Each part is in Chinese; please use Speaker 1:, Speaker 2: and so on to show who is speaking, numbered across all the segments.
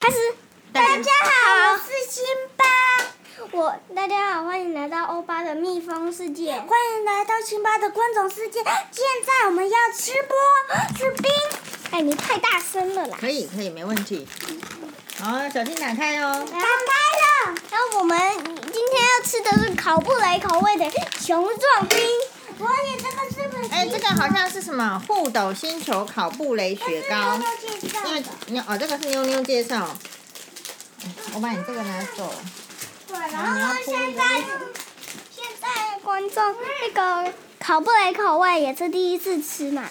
Speaker 1: 开始。
Speaker 2: 大家好，我是辛巴。
Speaker 1: 我大家好，欢迎来到欧巴的蜜蜂世界。
Speaker 2: 欢迎来到辛巴的观众世界。现在我们要吃播吃冰。
Speaker 1: 哎，你太大声了啦！
Speaker 3: 可以，可以，没问题。好，小心打开哦。
Speaker 2: 打开了，
Speaker 1: 那我们今天要吃的是考布雷口味的雄壮冰。
Speaker 2: 我也这个是不是？
Speaker 3: 哎，这个好像是什么互斗星球烤布雷雪糕
Speaker 2: 这，是妞妞介绍
Speaker 3: 因为
Speaker 2: 的
Speaker 3: 妞哦，这个是妞妞介绍。哎我把你这个拿走。
Speaker 2: 对，然后现在现在
Speaker 1: 观众，那个考布雷口味也是第一次吃嘛，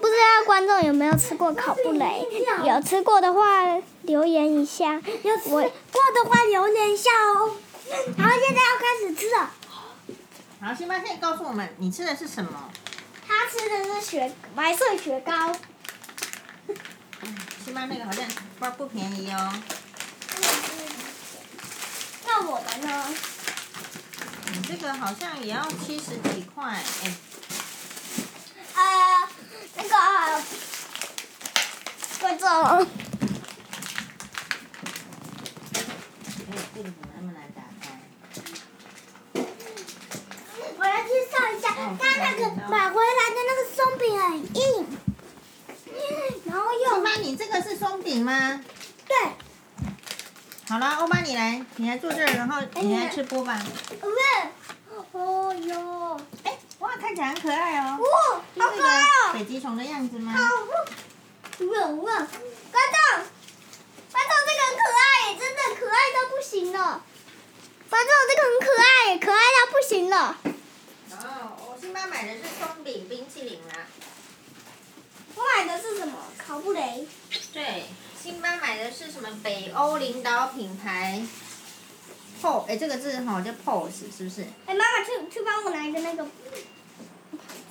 Speaker 1: 不知道观众有没有吃过考布雷？有吃过的话留言一下。
Speaker 2: 有吃过的话留言一下 哦。然后现在要开始吃了，
Speaker 3: 好，辛巴可以告诉我们你吃的是什么？
Speaker 1: 他吃的是雪白色雪糕，
Speaker 3: 辛巴那个好像不不便宜哦。
Speaker 1: 那我的呢？
Speaker 3: 你这个好像也要七十几块。哎，
Speaker 1: 呃，那个观众，
Speaker 3: 哎这个怎么那么难打开？
Speaker 2: 我要介绍一下，
Speaker 1: 哦
Speaker 2: 它那个买回来的那个松饼很硬，然后又
Speaker 3: 欧巴，你这个是松饼吗？
Speaker 2: 对。
Speaker 3: 好了，欧巴你来，你来坐这儿，然后你
Speaker 2: 哎
Speaker 3: 来吃播吧。
Speaker 2: 喂，哦哟，
Speaker 3: 哎，哇，看起来很可爱哦。
Speaker 2: 哦，
Speaker 3: 是
Speaker 2: 好
Speaker 3: 那
Speaker 2: 可
Speaker 3: 个
Speaker 2: 爱哦，
Speaker 3: 北极熊的样子吗？
Speaker 2: 好酷，问问，观众，观众这个很可爱，真的可爱到不行了，
Speaker 1: 观众这个很可爱，可爱到不行了。
Speaker 3: 哦，我辛巴买的是松饼冰淇淋啊啦。
Speaker 2: 我买的是什么？考布雷，
Speaker 3: 对，辛巴买的是什么北欧领导品牌 pose，哎，这个字好、叫 pose 是不是？
Speaker 2: 哎，妈妈去去帮我拿一个那个牌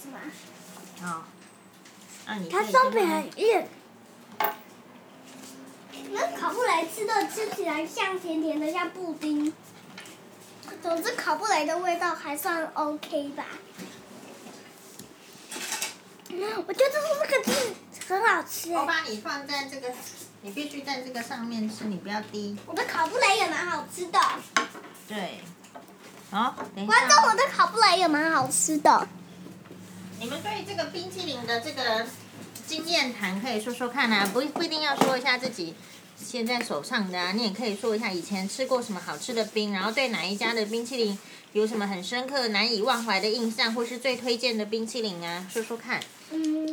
Speaker 2: 子嘛，
Speaker 3: 哦，啊，你
Speaker 2: 它
Speaker 3: 可以
Speaker 2: 松
Speaker 3: 这
Speaker 2: 饼
Speaker 3: 么
Speaker 2: 很硬。那烤布雷吃的吃起来像甜甜的，像布丁。总之，烤布雷的味道还算 OK 吧。我觉得这个字很好吃
Speaker 3: 我把你放在这个，你必须在这个上面吃，你不要滴。
Speaker 2: 我的烤布雷也蛮好吃的。
Speaker 3: 对。好，等一
Speaker 1: 观众，我
Speaker 3: 下。
Speaker 1: 的烤布雷也蛮好吃的。
Speaker 3: 你们对这个冰淇淋的这个经验谈可以说说看啊，不不一定要说一下自己现在手上的啊，你也可以说一下以前吃过什么好吃的冰，然后对哪一家的冰淇淋有什么很深刻、难以忘怀的印象，或是最推荐的冰淇淋啊，说说看。
Speaker 2: 嗯，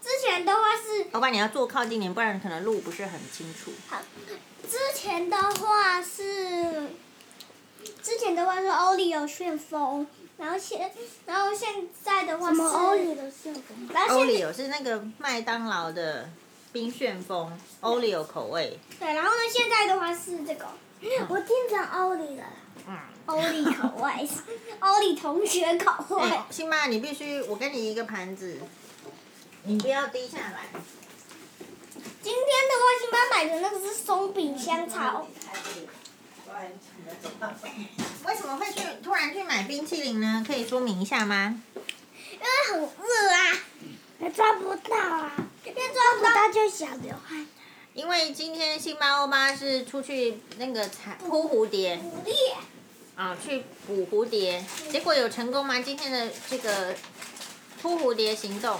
Speaker 2: 之前的话是
Speaker 3: 老板，你要坐靠近点，不然可能路不是很清楚。
Speaker 2: 好，之前的话是，之前的话是欧里有旋风，然后现然后现在的话是欧里的旋风，然后
Speaker 3: 欧
Speaker 2: 现
Speaker 3: 里有是那个麦当劳的冰旋风，欧里有口味。
Speaker 2: 对，然后呢现在的话是这个，我听成欧里了啦，
Speaker 3: 嗯。
Speaker 2: 欧里口 味，欧里同学口味，
Speaker 3: 哎，辛巴，你必须，我给你一个盘子，你不要滴下来。
Speaker 2: 今天的话辛巴买的那个是松饼香草，
Speaker 3: 为什么会去突然去买冰淇淋呢？可以说明一下吗？
Speaker 2: 因为很饿啊，还抓不到啊，因为抓不到就想流汗，
Speaker 3: 因为今天辛巴欧巴是出去那个采扑蝴蝶
Speaker 2: 努力。
Speaker 3: 啊、去捕蝴蝶，结果有成功吗？今天的这个扑蝴蝶行动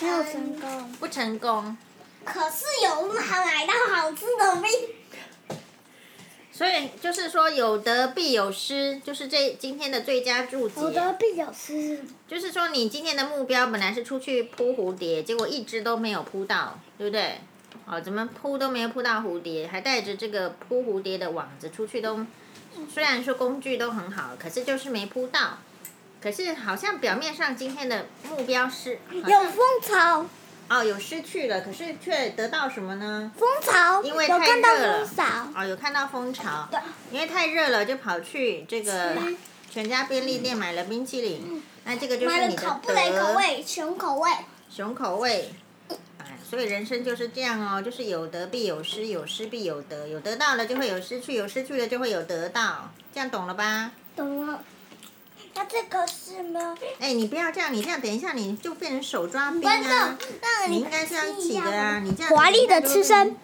Speaker 1: 没有成功。
Speaker 3: 不成功，
Speaker 2: 嗯可是有哪来到好吃的冰？
Speaker 3: 所以就是说有得必有失，就是这今天的最佳注解。
Speaker 1: 我的必有失。
Speaker 3: 就是说，你今天的目标本来是出去扑蝴蝶，结果一只都没有扑到，对不对？哦，怎么扑都没有扑到蝴蝶，还带着这个扑蝴蝶的网子出去都，虽然说工具都很好，可是就是没扑到。可是好像表面上今天的目标是好
Speaker 1: 有
Speaker 3: 像
Speaker 1: 蜂巢，
Speaker 3: 哦有失去了，可是却得到什么呢？
Speaker 1: 蜂巢
Speaker 3: 因为
Speaker 1: 有
Speaker 3: 太
Speaker 1: 看到
Speaker 3: 热了
Speaker 1: 蜂巢。
Speaker 3: 哦，有看到蜂巢
Speaker 2: 对，
Speaker 3: 因为太热了就跑去这个全家便利店买了冰淇淋，那这个就
Speaker 2: 嗯买
Speaker 3: 是
Speaker 2: 了
Speaker 3: 你的
Speaker 2: 口布雷口
Speaker 3: 得
Speaker 2: 味、熊口味，
Speaker 3: 熊口味。哎，所以人生就是这样哦，就是有得必有失，有失必有得，有得到了就会有失去，有失去了就会有得到，这样懂了吧？
Speaker 2: 懂了。
Speaker 1: 那这个是吗？
Speaker 3: 哎、你不要这样，你这样等一下你就变成手抓冰
Speaker 1: 观众
Speaker 3: 啊！，
Speaker 1: 那
Speaker 3: 你
Speaker 1: 你
Speaker 3: 应该是要一起的啊！你这样
Speaker 4: 华丽的吃声，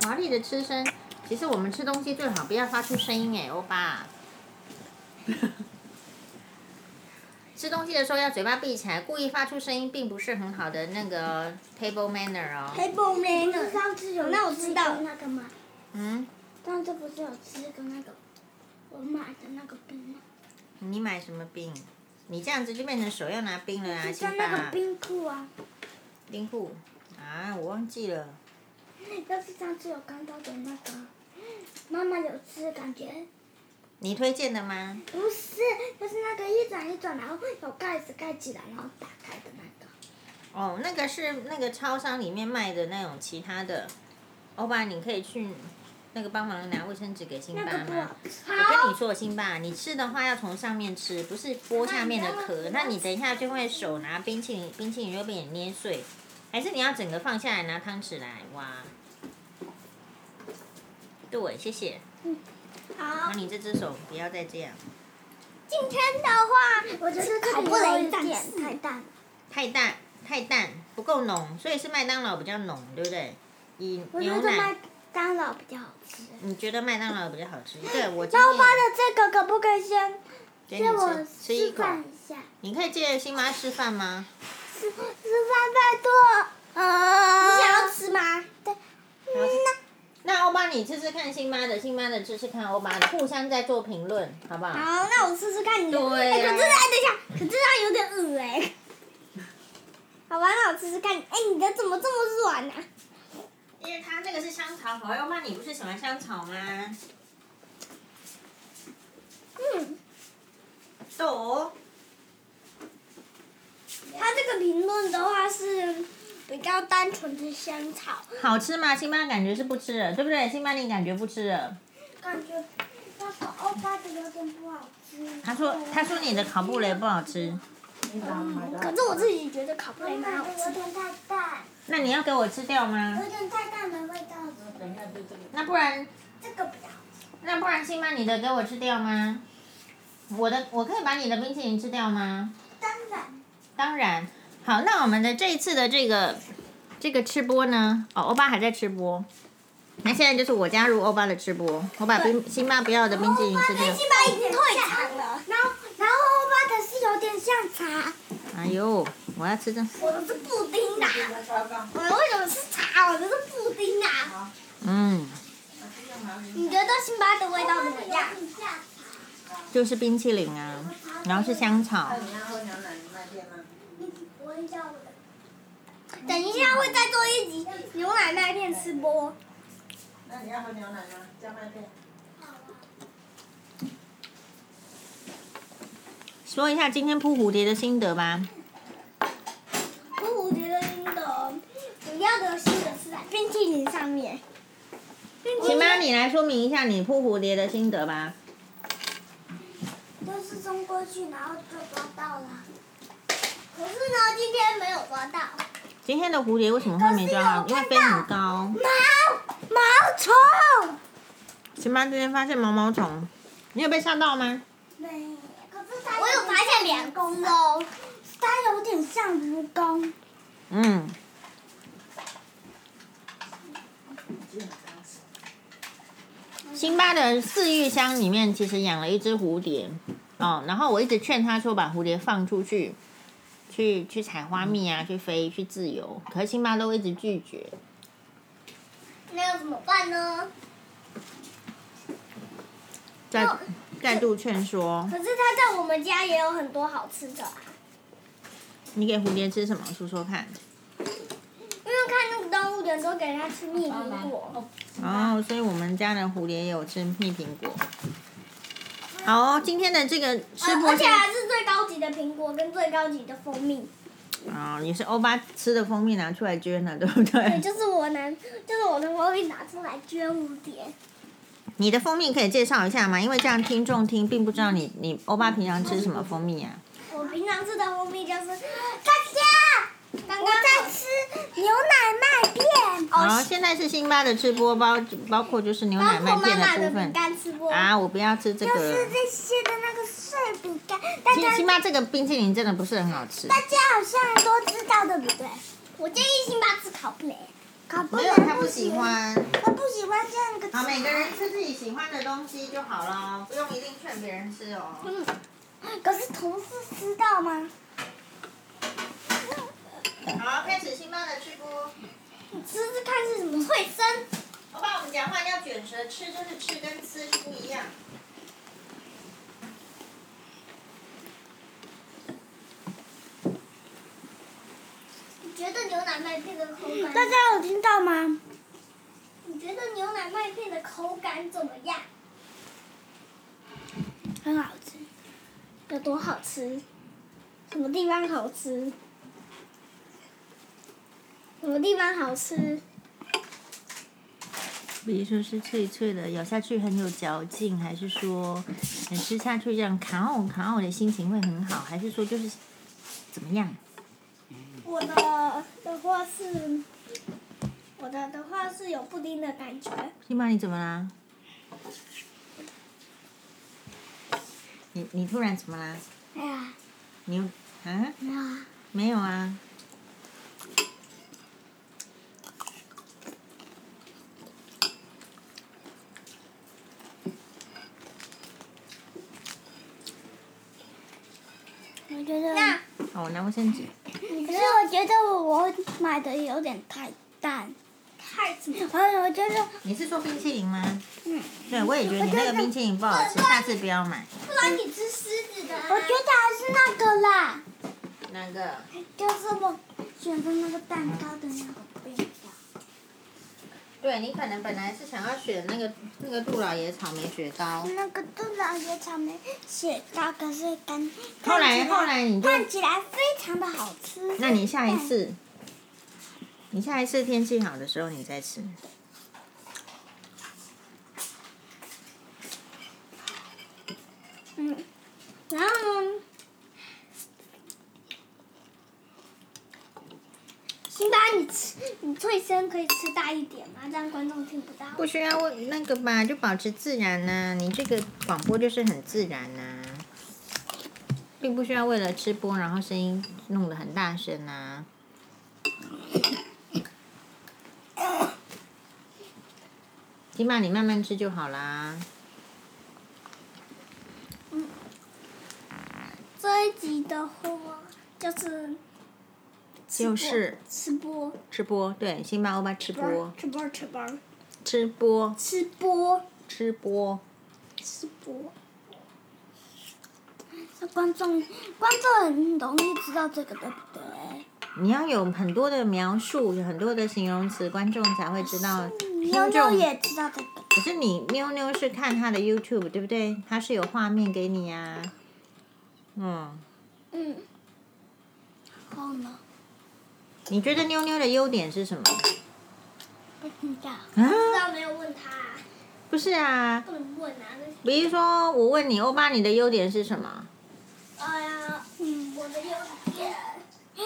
Speaker 3: 华丽的吃声。其实我们吃东西最好不要发出声音哎，欧巴。 吃东西的时候要嘴巴闭起来，故意发出声音并不是很好的那个 table manner 哦。
Speaker 1: table
Speaker 2: 不是
Speaker 1: manner，
Speaker 2: 上次有
Speaker 1: 那我
Speaker 2: 吃
Speaker 1: 知道
Speaker 2: 跟那个吗？
Speaker 3: 嗯，
Speaker 2: 上次不是有吃个那个我买的那个冰吗？
Speaker 3: 你买什么冰？你这样子就变成手要拿冰了啊，
Speaker 2: 就
Speaker 3: 辛
Speaker 2: 在那
Speaker 3: 巴
Speaker 2: 个。冰库啊，
Speaker 3: 冰库啊，我忘记了。
Speaker 2: 就是上次有看到的那个。妈妈有吃，感觉
Speaker 3: 你推荐的吗？
Speaker 2: 不是，就是那个一转一转，然后有盖子盖起来，然后打开的那个。
Speaker 3: 哦，那个是那个超商里面卖的那种其他的。欧巴，你可以去那个帮忙拿卫生纸给辛巴
Speaker 2: 那个不
Speaker 3: 吗
Speaker 2: 好？
Speaker 3: 我跟你说，辛巴，你吃的话要从上面吃，不是剥下面的壳。那你等一下就会手拿冰淇淋，冰淇淋就被你捏碎。还是你要整个放下来拿汤匙来挖？对，谢谢。
Speaker 1: 好
Speaker 3: 那，你这只手不要再这样，
Speaker 1: 今天的话，
Speaker 2: 我觉得这
Speaker 1: 考
Speaker 2: 个
Speaker 1: 布
Speaker 2: 有
Speaker 1: 雷
Speaker 2: 一
Speaker 1: 战
Speaker 2: 点
Speaker 1: 士
Speaker 2: 太淡了。
Speaker 3: 太淡太淡不够浓，所以是麦当劳比较浓，对不对？以
Speaker 2: 我觉
Speaker 3: 牛
Speaker 2: 得
Speaker 3: 奶
Speaker 2: 麦当劳比较好吃。
Speaker 3: 你觉得麦当劳比较好吃？对我今
Speaker 2: 那我妈
Speaker 3: 天
Speaker 2: 的这个可不可以先
Speaker 3: 给
Speaker 2: 先我
Speaker 3: 你吃吃一
Speaker 2: 示
Speaker 3: 口，
Speaker 2: 范一下？
Speaker 3: 你可以借着新妈吃饭吗？
Speaker 2: 示示范拜托。
Speaker 1: 你
Speaker 3: 啊
Speaker 2: 你
Speaker 1: 想
Speaker 2: 想
Speaker 1: 要
Speaker 2: 要
Speaker 1: 吃吗？嗯
Speaker 2: 对，
Speaker 3: 那欧巴你吃吃看新妈的，新妈的吃吃看欧巴的，互相再做评论，好不好？
Speaker 1: 好，那我试试看你的。
Speaker 3: 对
Speaker 1: 哎可
Speaker 3: 啊
Speaker 1: 是哎，等一下，可是它有点恶哎、好吧，那我试试看。哎，你的怎么这么软呢、啊？
Speaker 3: 因为它这个是香草口味，欧巴你不是喜欢香草吗？
Speaker 1: 嗯，
Speaker 3: 豆哦
Speaker 1: 它这个评论的话是比较单纯的香草，
Speaker 3: 好吃吗？新妈感觉是不吃了，对不对？新妈你感觉不吃了？
Speaker 2: 感觉那个欧巴的有点不好吃。
Speaker 3: 他说他说你的烤布雷不好吃，
Speaker 1: 可是我自己觉得烤布
Speaker 2: 我
Speaker 1: 雷蛮
Speaker 2: 买
Speaker 1: 好
Speaker 2: 的
Speaker 1: 吃
Speaker 2: 有
Speaker 1: 的。
Speaker 2: 点太淡，
Speaker 3: 那你要给我吃掉吗
Speaker 2: 有？点太淡的味道了。
Speaker 3: 那不然
Speaker 2: 这个比较好吃。
Speaker 3: 那不然新妈你的给我吃掉吗？我的我可以把你的冰淇淋吃掉吗？
Speaker 2: 当然，
Speaker 3: 当然，好，那我们的这一次的这个这个吃播呢，哦，欧巴还在吃播，那现在就是我加入欧巴的吃播，我把冰辛巴不要的冰淇淋吃掉。
Speaker 1: 辛巴已经退场了。
Speaker 2: 然后然后欧巴的是有点像茶，
Speaker 3: 哎呦，我要吃这，
Speaker 1: 我的是布丁啊！我的为什么是茶？我的是布丁啊！
Speaker 3: 嗯，
Speaker 1: 你觉得辛巴的味道怎么样？
Speaker 2: 啊
Speaker 3: 就是冰淇淋啊，然后是香草，
Speaker 2: 闻一下我的。
Speaker 1: 等一下会再做一集牛奶麦片吃播。
Speaker 5: 那你要喝牛奶吗？加麦片。
Speaker 3: 说一下今天扑蝴蝶的心得吧。
Speaker 1: 我觉得真的主要的心得是在冰淇淋上面。
Speaker 3: 辛巴，你来说明一下你扑蝴蝶的心得吧。
Speaker 2: 就是冲过去，然后就抓到了。
Speaker 1: 可是呢，今天没有抓到
Speaker 3: 今天的蝴蝶为什么会没抓到？因为飞很高。
Speaker 1: 毛毛虫。
Speaker 3: 辛巴今天发现毛毛虫，你有被吓到吗？
Speaker 2: 没，可是它
Speaker 1: 我有发现两公哦，
Speaker 2: 它有点像蜈蚣。
Speaker 3: 嗯，辛巴的饲育箱里面其实养了一只蝴蝶，哦，然后我一直劝他说把蝴蝶放出去，去去采花蜜啊，去飞，去自由，可是辛巴都一直拒绝。
Speaker 1: 那要怎么办呢？
Speaker 3: 再
Speaker 1: 那
Speaker 3: 再度劝说，
Speaker 1: 可是它在我们家也有很多好吃的啊，
Speaker 3: 你给蝴蝶吃什么？说说看。
Speaker 1: 因为看那个动物园都给它吃蜜苹果。呃
Speaker 3: 哦，所以我们家的蝴蝶也有吃蜜苹果。好哦、今天的这个吃
Speaker 1: 呃
Speaker 3: 播
Speaker 1: 嗯而且还是最高级的苹果跟最高级的蜂蜜，
Speaker 3: 啊、也是欧巴吃的蜂蜜拿出来捐了，对不
Speaker 1: 对，
Speaker 3: 对？
Speaker 1: 就是我拿，就是我的蜂蜜拿出来捐蝴蝶。
Speaker 3: 你的蜂蜜可以介绍一下吗？因为这样听众听并不知道你你欧巴平常吃什么蜂蜜啊？
Speaker 1: 我平常吃的蜂蜜就是，大家刚刚
Speaker 2: 在吃牛奶麦片。
Speaker 1: 哦，
Speaker 3: 好，现在是辛巴的吃播，包包括就是牛奶麦
Speaker 1: 包括
Speaker 3: 片
Speaker 1: 妈妈
Speaker 3: 部
Speaker 1: 的饼
Speaker 3: 分
Speaker 1: 干吃播，
Speaker 3: 啊，我不要吃这
Speaker 2: 就是
Speaker 3: 个。
Speaker 2: 这些的那个碎饼干，大
Speaker 3: 辛
Speaker 2: 家
Speaker 3: 辛巴这个冰淇淋真的不是很好吃，
Speaker 2: 大家好像都知道，对不对？
Speaker 1: 我建议辛巴吃烤布雷。
Speaker 2: 可不
Speaker 3: 没有他不喜，欢。
Speaker 2: 他不喜欢这样一个。
Speaker 3: 好，每个人吃自己喜欢的东西就好了，不用一定劝别人吃哦。
Speaker 2: 可是同事知道吗？
Speaker 3: 好，开始辛巴的吃播。
Speaker 1: 你吃吃看是什么会生？
Speaker 3: 我爸，我们讲话要卷舌，吃就是吃跟吃是不一样。
Speaker 1: 你觉得牛奶麦片的口
Speaker 2: 大
Speaker 1: 感？
Speaker 2: 家有听到吗？
Speaker 1: 你觉得牛奶麦片的口感怎么样？
Speaker 4: 很好吃，有多好吃？什么地方好吃？什么地方好吃？
Speaker 3: 比如说是脆脆的，咬下去很有嚼劲，还是说呃吃下去这样卡偶卡哦偶的心情会很好，还是说就是怎么样？
Speaker 4: 我的的话是，我的的话是有布丁的感觉。
Speaker 3: 辛巴你怎么啦？你你突然怎么啦？
Speaker 4: 哎呀，
Speaker 3: 你有啊？
Speaker 4: 没有啊，
Speaker 3: 没有啊。
Speaker 4: 我觉得，
Speaker 1: 那
Speaker 3: 哦，我拿卫生纸。
Speaker 4: 可是我觉得我买的有点太淡。
Speaker 1: 太怎么？
Speaker 4: 哎，我觉
Speaker 2: 啊
Speaker 4: 得
Speaker 3: 你是说冰淇淋吗？对，我也觉得你那个冰淇淋不好吃，下次不要买。
Speaker 1: 不然你吃狮子的、啊。
Speaker 2: 我觉得还是那个啦，
Speaker 3: 那个？
Speaker 2: 就是我选的那个蛋糕的那个饼干。
Speaker 3: 对你可能本来是想要选那个那个杜老爷草莓雪糕，
Speaker 2: 那个杜老爷草莓雪糕，可是感
Speaker 3: 后来后来你就，
Speaker 2: 看起来非常的好吃。
Speaker 3: 那你下一次，你下一次天气好的时候你再吃。
Speaker 4: 然后呢？
Speaker 1: 辛巴，你吃你脆声可以吃大一点吗？让观众听不到。
Speaker 3: 不需要问那个吧，就保持自然呐、你这个广播就是很自然呐、并不需要为了吃播然后声音弄得很大声呐、起码你慢慢吃就好啦。
Speaker 1: 这一集的话就是
Speaker 3: 就是
Speaker 1: 吃播，
Speaker 3: 吃播，对，辛巴欧巴吃播，
Speaker 1: 吃播，吃播，
Speaker 3: 吃播，
Speaker 1: 吃播，
Speaker 3: 吃播。
Speaker 1: 吃播。
Speaker 2: 观众观众很容易知道这个，对不对？
Speaker 3: 你要有很多的描述，有很多的形容词，观众才会知道。
Speaker 2: 妞
Speaker 3: 听
Speaker 2: 妞
Speaker 3: 众
Speaker 2: 也知道这个，
Speaker 3: 可是你妞妞是看她的 YouTube 对不对？她是有画面给你呀、嗯，
Speaker 1: 嗯，
Speaker 2: 然后呢？
Speaker 3: 你觉得妞妞的优点是什么？
Speaker 2: 不知道。
Speaker 3: 啊，
Speaker 1: 不知道没有问他、
Speaker 3: 不是啊，
Speaker 1: 不能问啊。那
Speaker 3: 比如说我问你，欧巴你的优点是什么？
Speaker 1: 哎呀，嗯，我的优点，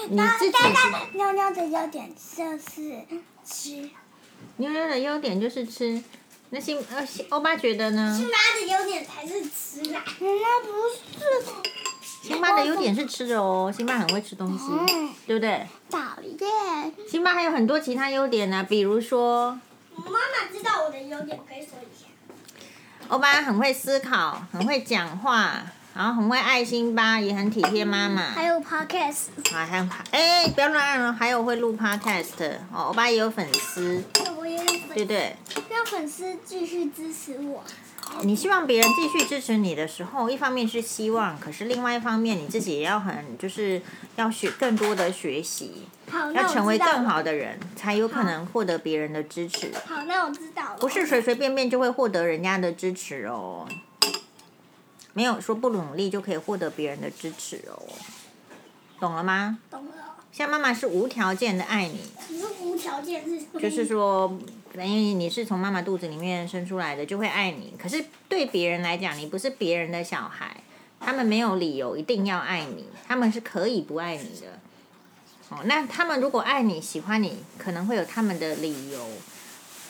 Speaker 3: 你自己是
Speaker 2: 妞妞的优点就是吃，
Speaker 3: 妞妞的优点就是吃。那辛呃辛欧巴觉得呢？
Speaker 1: 辛巴的优点才是吃啦。
Speaker 2: 人家不是
Speaker 3: 辛巴的优点是吃的哦，辛巴很会吃东西，
Speaker 2: 嗯
Speaker 3: 对不对？
Speaker 2: 讨厌。
Speaker 3: 辛巴还有很多其他优点呢、啊比如说
Speaker 1: 妈妈知道我的优点，可以说一下。
Speaker 3: 欧巴很会思考，很会讲话，然后很会爱辛巴，也很体贴妈妈。
Speaker 4: 还有 podcast，
Speaker 3: 好，还有哎，不要乱按哦，还有会录 podcast 哦，欧巴也有粉丝，
Speaker 1: 我也有粉，
Speaker 3: 对不对？
Speaker 1: 让粉丝继续支持我。
Speaker 3: 你希望别人继续支持你的时候，一方面是希望，可是另外一方面你自己也要很就是要学更多的学习，
Speaker 1: 好，那
Speaker 3: 要
Speaker 1: 我
Speaker 3: 成为
Speaker 1: 知道
Speaker 3: 更
Speaker 1: 了。
Speaker 3: 好的人，才有可能获得别人的支持，
Speaker 1: 好，那我知道了。
Speaker 3: 不是随随便便就会获得人家的支持哦。没有说不努力就可以获得别人的支持哦，懂了吗？
Speaker 1: 懂了，
Speaker 3: 像妈妈是无条件的爱你，
Speaker 1: 只是无条件是什么
Speaker 3: 就是说，因为你是从妈妈肚子里面生出来的，就会爱你。可是对别人来讲，你不是别人的小孩，他们没有理由一定要爱你，他们是可以不爱你的。哦，那他们如果爱你、喜欢你，可能会有他们的理由。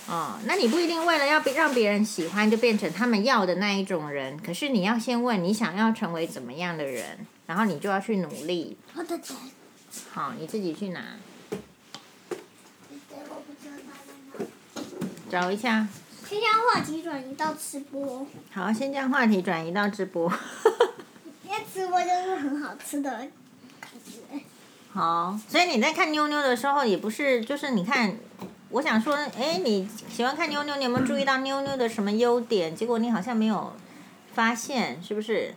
Speaker 3: 哦，那你不一定为了要别让别人喜欢，就变成他们要的那一种人。可是你要先问你想要成为怎么样的人，然后你就要去努力。
Speaker 2: 我的钱，
Speaker 3: 好，你自己去拿，
Speaker 2: 我不知道在哪。
Speaker 3: 找一下。
Speaker 1: 先将话题转移到吃播，
Speaker 3: 好，先将话题转移到直播。
Speaker 1: 因为吃播就是很好吃的感觉。
Speaker 3: 好，所以你在看妞妞的时候，也不是就是你看，我想说，哎，你喜欢看妞妞，你有没有注意到妞妞的什么优点？结果你好像没有发现，是不是？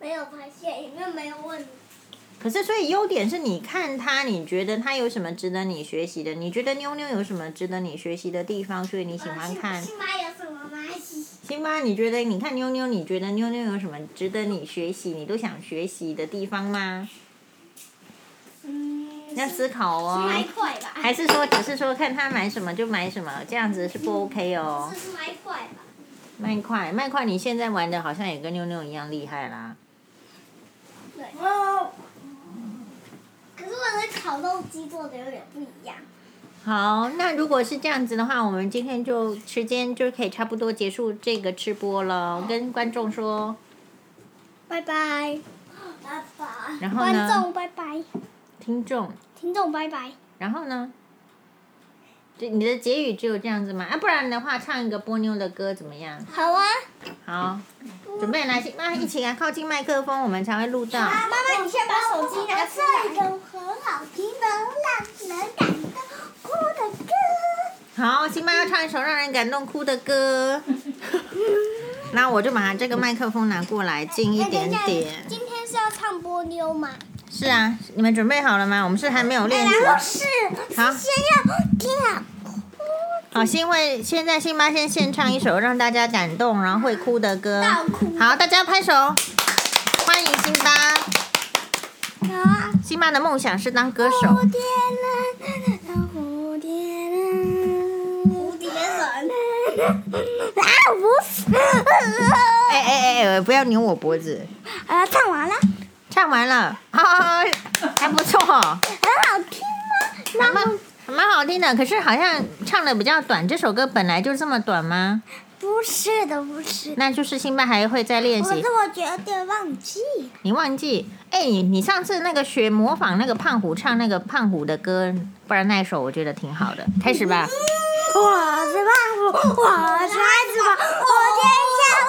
Speaker 1: 没有发现，因为没有问你。
Speaker 3: 可是，所以优点是你看她，你觉得她有什么值得你学习的？你觉得妞妞有什么值得你学习的地方？所以你喜欢看
Speaker 2: 新妈有什么吗？
Speaker 3: 辛巴？你觉得你看妞妞，你觉得妞妞有什么值得你学习？你都想学习的地方吗？
Speaker 2: 嗯，
Speaker 3: 要思考哦。
Speaker 2: 麦块吧，
Speaker 3: 还是说只是说看他买什么就买什么，这样子是不 OK 哦
Speaker 2: 这。是麦块吧？
Speaker 3: 麦块，麦块，你现在玩的好像也跟妞妞一样厉害啦。
Speaker 2: 哦，
Speaker 1: 可是我的烤肉鸡做的有点不一样。
Speaker 3: 好，那如果是这样子的话，我们今天就时间就可以差不多结束这个吃播了，跟观众说，
Speaker 1: 拜拜，
Speaker 2: 爸爸。
Speaker 3: 然后
Speaker 1: 观
Speaker 3: 呢，
Speaker 1: 众拜拜，
Speaker 3: 听众，
Speaker 1: 听众拜拜。
Speaker 3: 然后呢，这你的结语只有这样子吗？啊，不然的话，唱一个波妞的歌怎么样？
Speaker 1: 好啊，
Speaker 3: 好，准备来，那一起来靠近麦克风，我们才会录到。
Speaker 1: 妈妈，你先把手机拿出
Speaker 2: 这一
Speaker 1: 来。
Speaker 2: 种很好听的，能让人感动哭的歌。
Speaker 3: 好，辛巴要唱一首让人感动哭的歌。那我就把这个麦克风拿过来，近一点点。
Speaker 1: 今天是要唱波妞吗？哎
Speaker 3: 是啊，你们准备好了吗？我们是还没有练习。
Speaker 2: 是，
Speaker 3: 好，
Speaker 2: 先要听啊，
Speaker 3: 好，因为现在辛巴先献唱一首让大家感动，然后会哭的歌。好，大家拍手，欢迎辛巴。
Speaker 1: 啊
Speaker 3: 辛巴的梦想是当歌手。
Speaker 2: 蝴蝶人，蝴蝶人，蝴蝶人，啊，我死了！
Speaker 3: 哎哎哎哎，不要扭我脖子。
Speaker 2: 啊，唱完了，
Speaker 3: 唱完了，好、哦，还不错哦。
Speaker 2: 很好听吗？
Speaker 3: 还蛮还蛮好听的，可是好像唱的比较短。这首歌本来就这么短吗？
Speaker 2: 不是的，不是的，
Speaker 3: 那就是辛巴还会再练
Speaker 2: 我
Speaker 3: 习
Speaker 2: 怎。么觉得忘记？
Speaker 3: 你忘记？哎，你你上次那个学模仿那个胖虎唱那个胖虎的歌，不然那一首我觉得挺好的。开始吧。
Speaker 2: 我是胖虎，我是孩子王，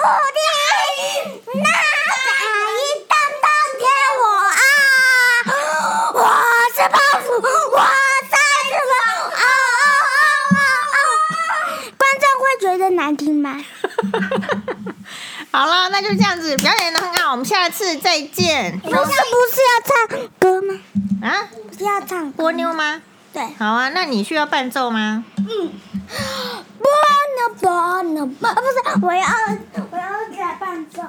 Speaker 2: 我天下无敌，那大一当当天我啊，我是胖虎，我是孩子王啊啊啊啊啊！观众会觉得难听吗？
Speaker 3: 好了，那就这样子，表演的很好，我们下次再见。
Speaker 2: 不是不是要唱歌吗？
Speaker 3: 啊，
Speaker 2: 不是要唱歌
Speaker 3: 波妞吗？
Speaker 2: 对
Speaker 3: 好啊，那你需要伴奏吗？
Speaker 2: 波呢波呢波，啊不是，我要我要来伴奏，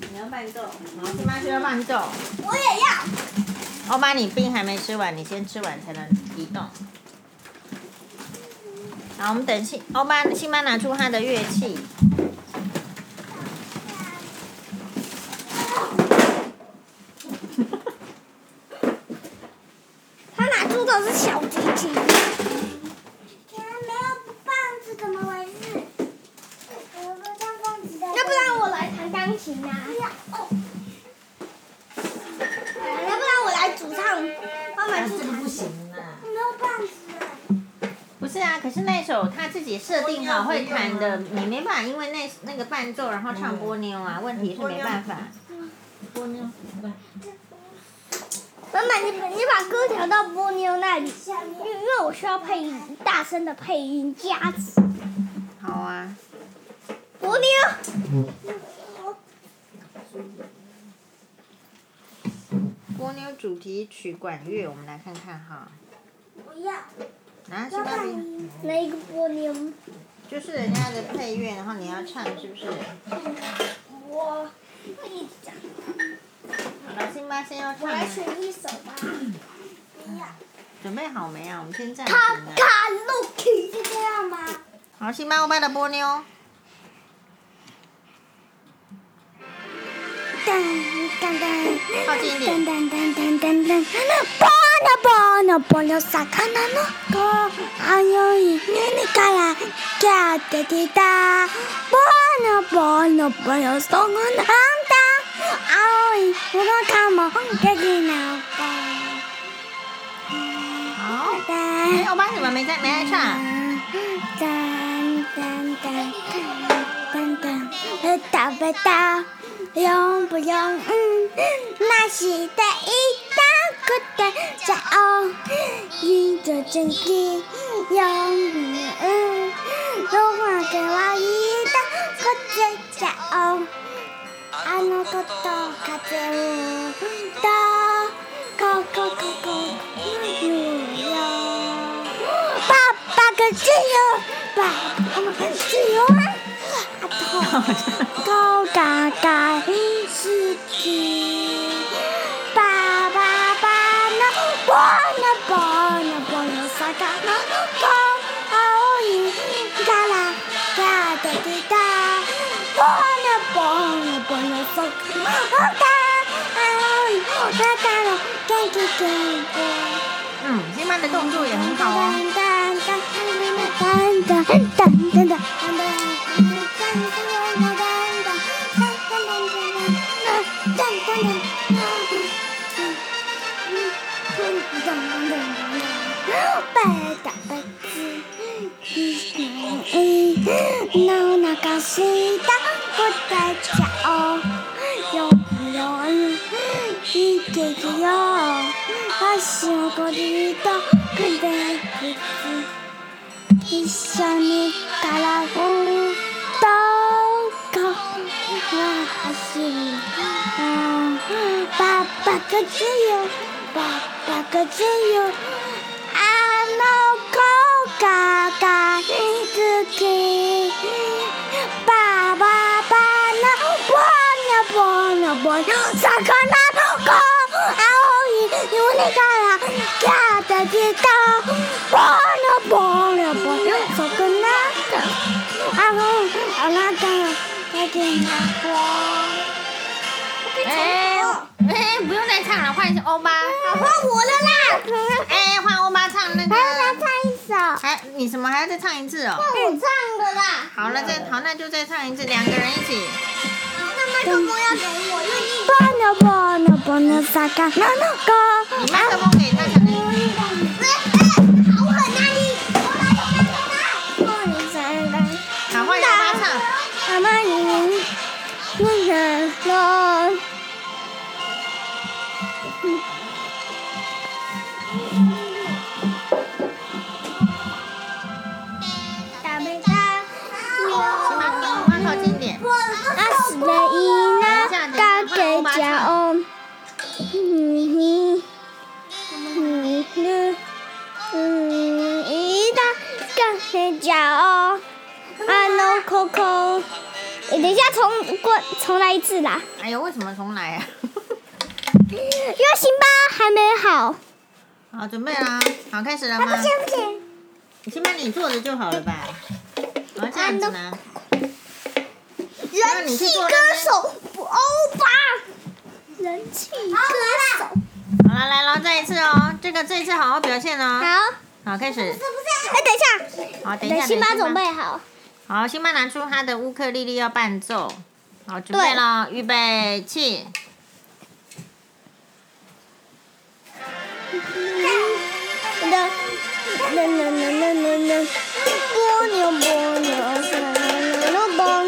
Speaker 3: 你要伴奏，好，辛巴需要伴奏。
Speaker 2: 我也要。
Speaker 3: 欧巴，你冰还没吃完，你先吃完才能移动。好，我们等辛欧巴辛巴拿出他的乐器。
Speaker 2: 他拿出的是小提琴。啊没有棒子，怎么回事？我不当棒子的。
Speaker 1: 要不然我来弹钢琴啊？
Speaker 2: 哎哦
Speaker 1: 要不然我来主唱，妈妈主唱。
Speaker 3: 不行啊啦。
Speaker 2: 没有棒子。啊
Speaker 3: 不是啊，可是那首他自己设定好会弹的，你没办法，因为那那个伴奏然后唱波妞啊，问题是没办法。波妞，
Speaker 1: 妈妈，你把你把歌调到波妞那里，因为因为我需要配音，大声的配音加持。
Speaker 3: 好啊。
Speaker 1: 波妞，
Speaker 3: 波妞主题曲管乐，我们来看看哈。啊
Speaker 2: 不要。
Speaker 3: 拿辛巴冰，
Speaker 1: 哪一个波妞？
Speaker 3: 就是人家的配乐，然后你要唱，是不是？
Speaker 1: 我跟你讲，
Speaker 3: 好了，辛巴先要
Speaker 1: 我
Speaker 3: 唱
Speaker 1: 来
Speaker 3: 啊。
Speaker 1: 选一首吧。
Speaker 3: 准备好没啊？我们先暂停
Speaker 1: 卡
Speaker 3: 啊。
Speaker 1: 卡路奇是这样吗？
Speaker 3: 好，辛巴欧巴的波妞。
Speaker 2: 噔噔噔。
Speaker 3: 靠近一点
Speaker 2: 噔噔噔噔噔噔。波のぼのぼの魚の子あの犬からキャーってきたぼのぼのぼのそのなんだ青いこのかもできな
Speaker 3: 好，
Speaker 2: か
Speaker 3: 哎，欧巴怎么没在没爱唱？
Speaker 2: 噔噔噔噔噔，不打不打，用不用？嗯，那是的一大个的家伙，一个真的用不用？嗯，都还给我一大个的家伙。あの子と風をどこここ言うよパパが強いパパが強いあと顔が大好きパパパのボーナボーナボーナ魚青いからが出てきたボーナボーナボーナ魚青いから元気元気
Speaker 3: 嗯，辛巴的动作也很好哦。
Speaker 2: の中した答えちゃおうよくよいけるよ足をこりとくれくつ一緒にからぐとこは走るパパが強いパパが強いあの子が大好きパパパのボーナボーナボーナ魚の子青い胸からキャー出てきたボーナボーナボーナ魚の子あのあなたの出てきた
Speaker 3: 哎哎，不用再唱了，换一首欧巴。
Speaker 2: 换我了啦！
Speaker 3: 哎，换欧巴唱那个。
Speaker 2: 一首，
Speaker 3: 还你什么还要再唱一次哦？
Speaker 2: 我唱的啦。
Speaker 3: 好了，再好那就再唱一次，两个人一起。
Speaker 2: 那麦克风要给我，因为你。波诺波诺波诺萨卡诺诺哥。
Speaker 3: 你麦克风给他才能。
Speaker 2: 好狠啊你！我来我来我来。我来来来。
Speaker 3: 好，换欧巴唱。
Speaker 2: 妈妈你，不能了。
Speaker 1: 打没打？
Speaker 3: 辛巴，欧巴靠近一点。
Speaker 4: 阿斯雷伊娜大给家哦，你你你你嗯，伊娜大给家哦，阿诺 Coco，等一下重过重来一次啦，
Speaker 3: 哎呦，为什么重来啊？
Speaker 4: 因为辛巴还没好，
Speaker 3: 好，准备啦！好，开始了吗？
Speaker 2: 不行。
Speaker 3: 你先把你做的就好了吧？我要这样子吗？那你去做那边
Speaker 2: 欧巴。
Speaker 4: 人气
Speaker 2: 歌手。
Speaker 3: 好了，来喽，再一次哦，这个这一次好好表现哦。
Speaker 4: 好，
Speaker 3: 好，开始。
Speaker 4: 哎，等一下，
Speaker 3: 好，等一
Speaker 4: 等
Speaker 3: 下，
Speaker 4: 辛巴
Speaker 3: 等
Speaker 4: 准备好，
Speaker 3: 好，辛巴拿出他的乌克丽丽要伴奏。好，准备
Speaker 4: 对
Speaker 3: 了，预备起。
Speaker 4: 噔噔噔噔噔噔噔，波牛波牛，波牛波，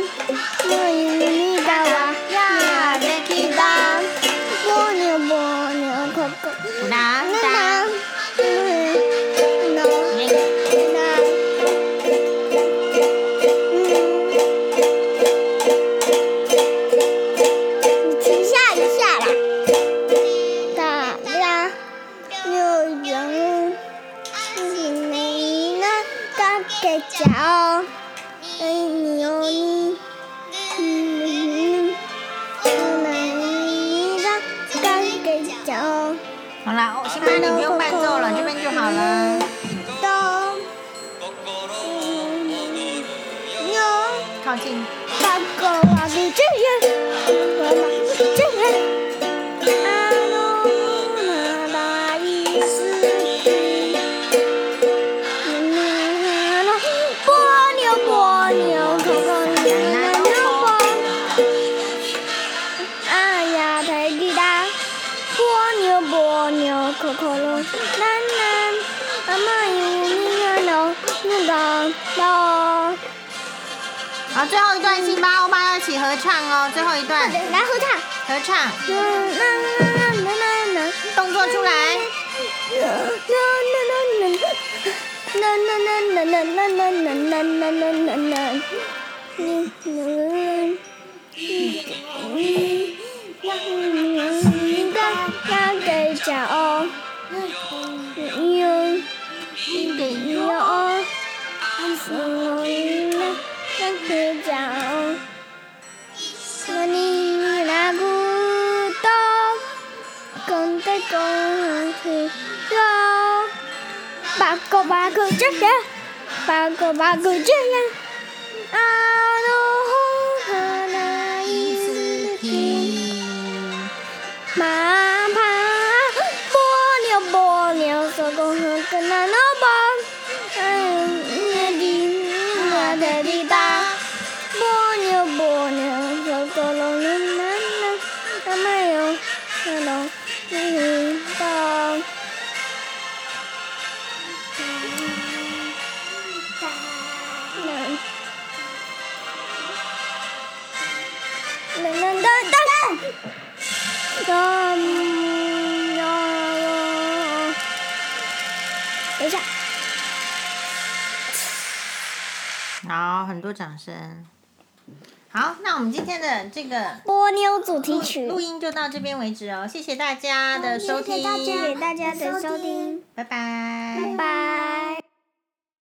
Speaker 4: 波牛你打哇呀，别提打，波牛波牛，可可
Speaker 3: 哒
Speaker 4: 那
Speaker 3: 哒
Speaker 4: 那，嗯，那。停下一下啦！大家有人请你呢，大家讲，哎，你有你，嗯，我们一个大家讲，
Speaker 3: 好啦，哦辛巴你不用伴奏了，这边就好了。
Speaker 4: 都有。
Speaker 3: 靠近。
Speaker 4: 大狗啊，你这人，我这人，阿鲁那达伊斯
Speaker 2: 咚咚。
Speaker 3: 好，最后一段辛巴欧巴要一起合唱哦，最后一段
Speaker 2: 来合唱，
Speaker 3: 合唱，
Speaker 2: 啦啦啦啦啦啦啦。
Speaker 3: 动作出来，
Speaker 2: con tới con thì lo bà cô bà cô chết kìa bà cô bà cô chết nha a đô hô hà na y sư thi mà phá bố liều bố liều sợ con hơn cơn là nó bò Ai nghe đi nghe để đi ta bố liều bố liều sợ con lòng lên nắng nắng nắng mai yêu nắng nắng 嗯，到能能能到到，到等一下，
Speaker 3: 好，很多掌声。好，那我们今天的这个
Speaker 2: 波妞主题曲，
Speaker 3: 录音就到这边为止哦，谢谢大家的收听，
Speaker 2: 谢谢大家的收听，
Speaker 3: 拜拜
Speaker 2: 拜拜。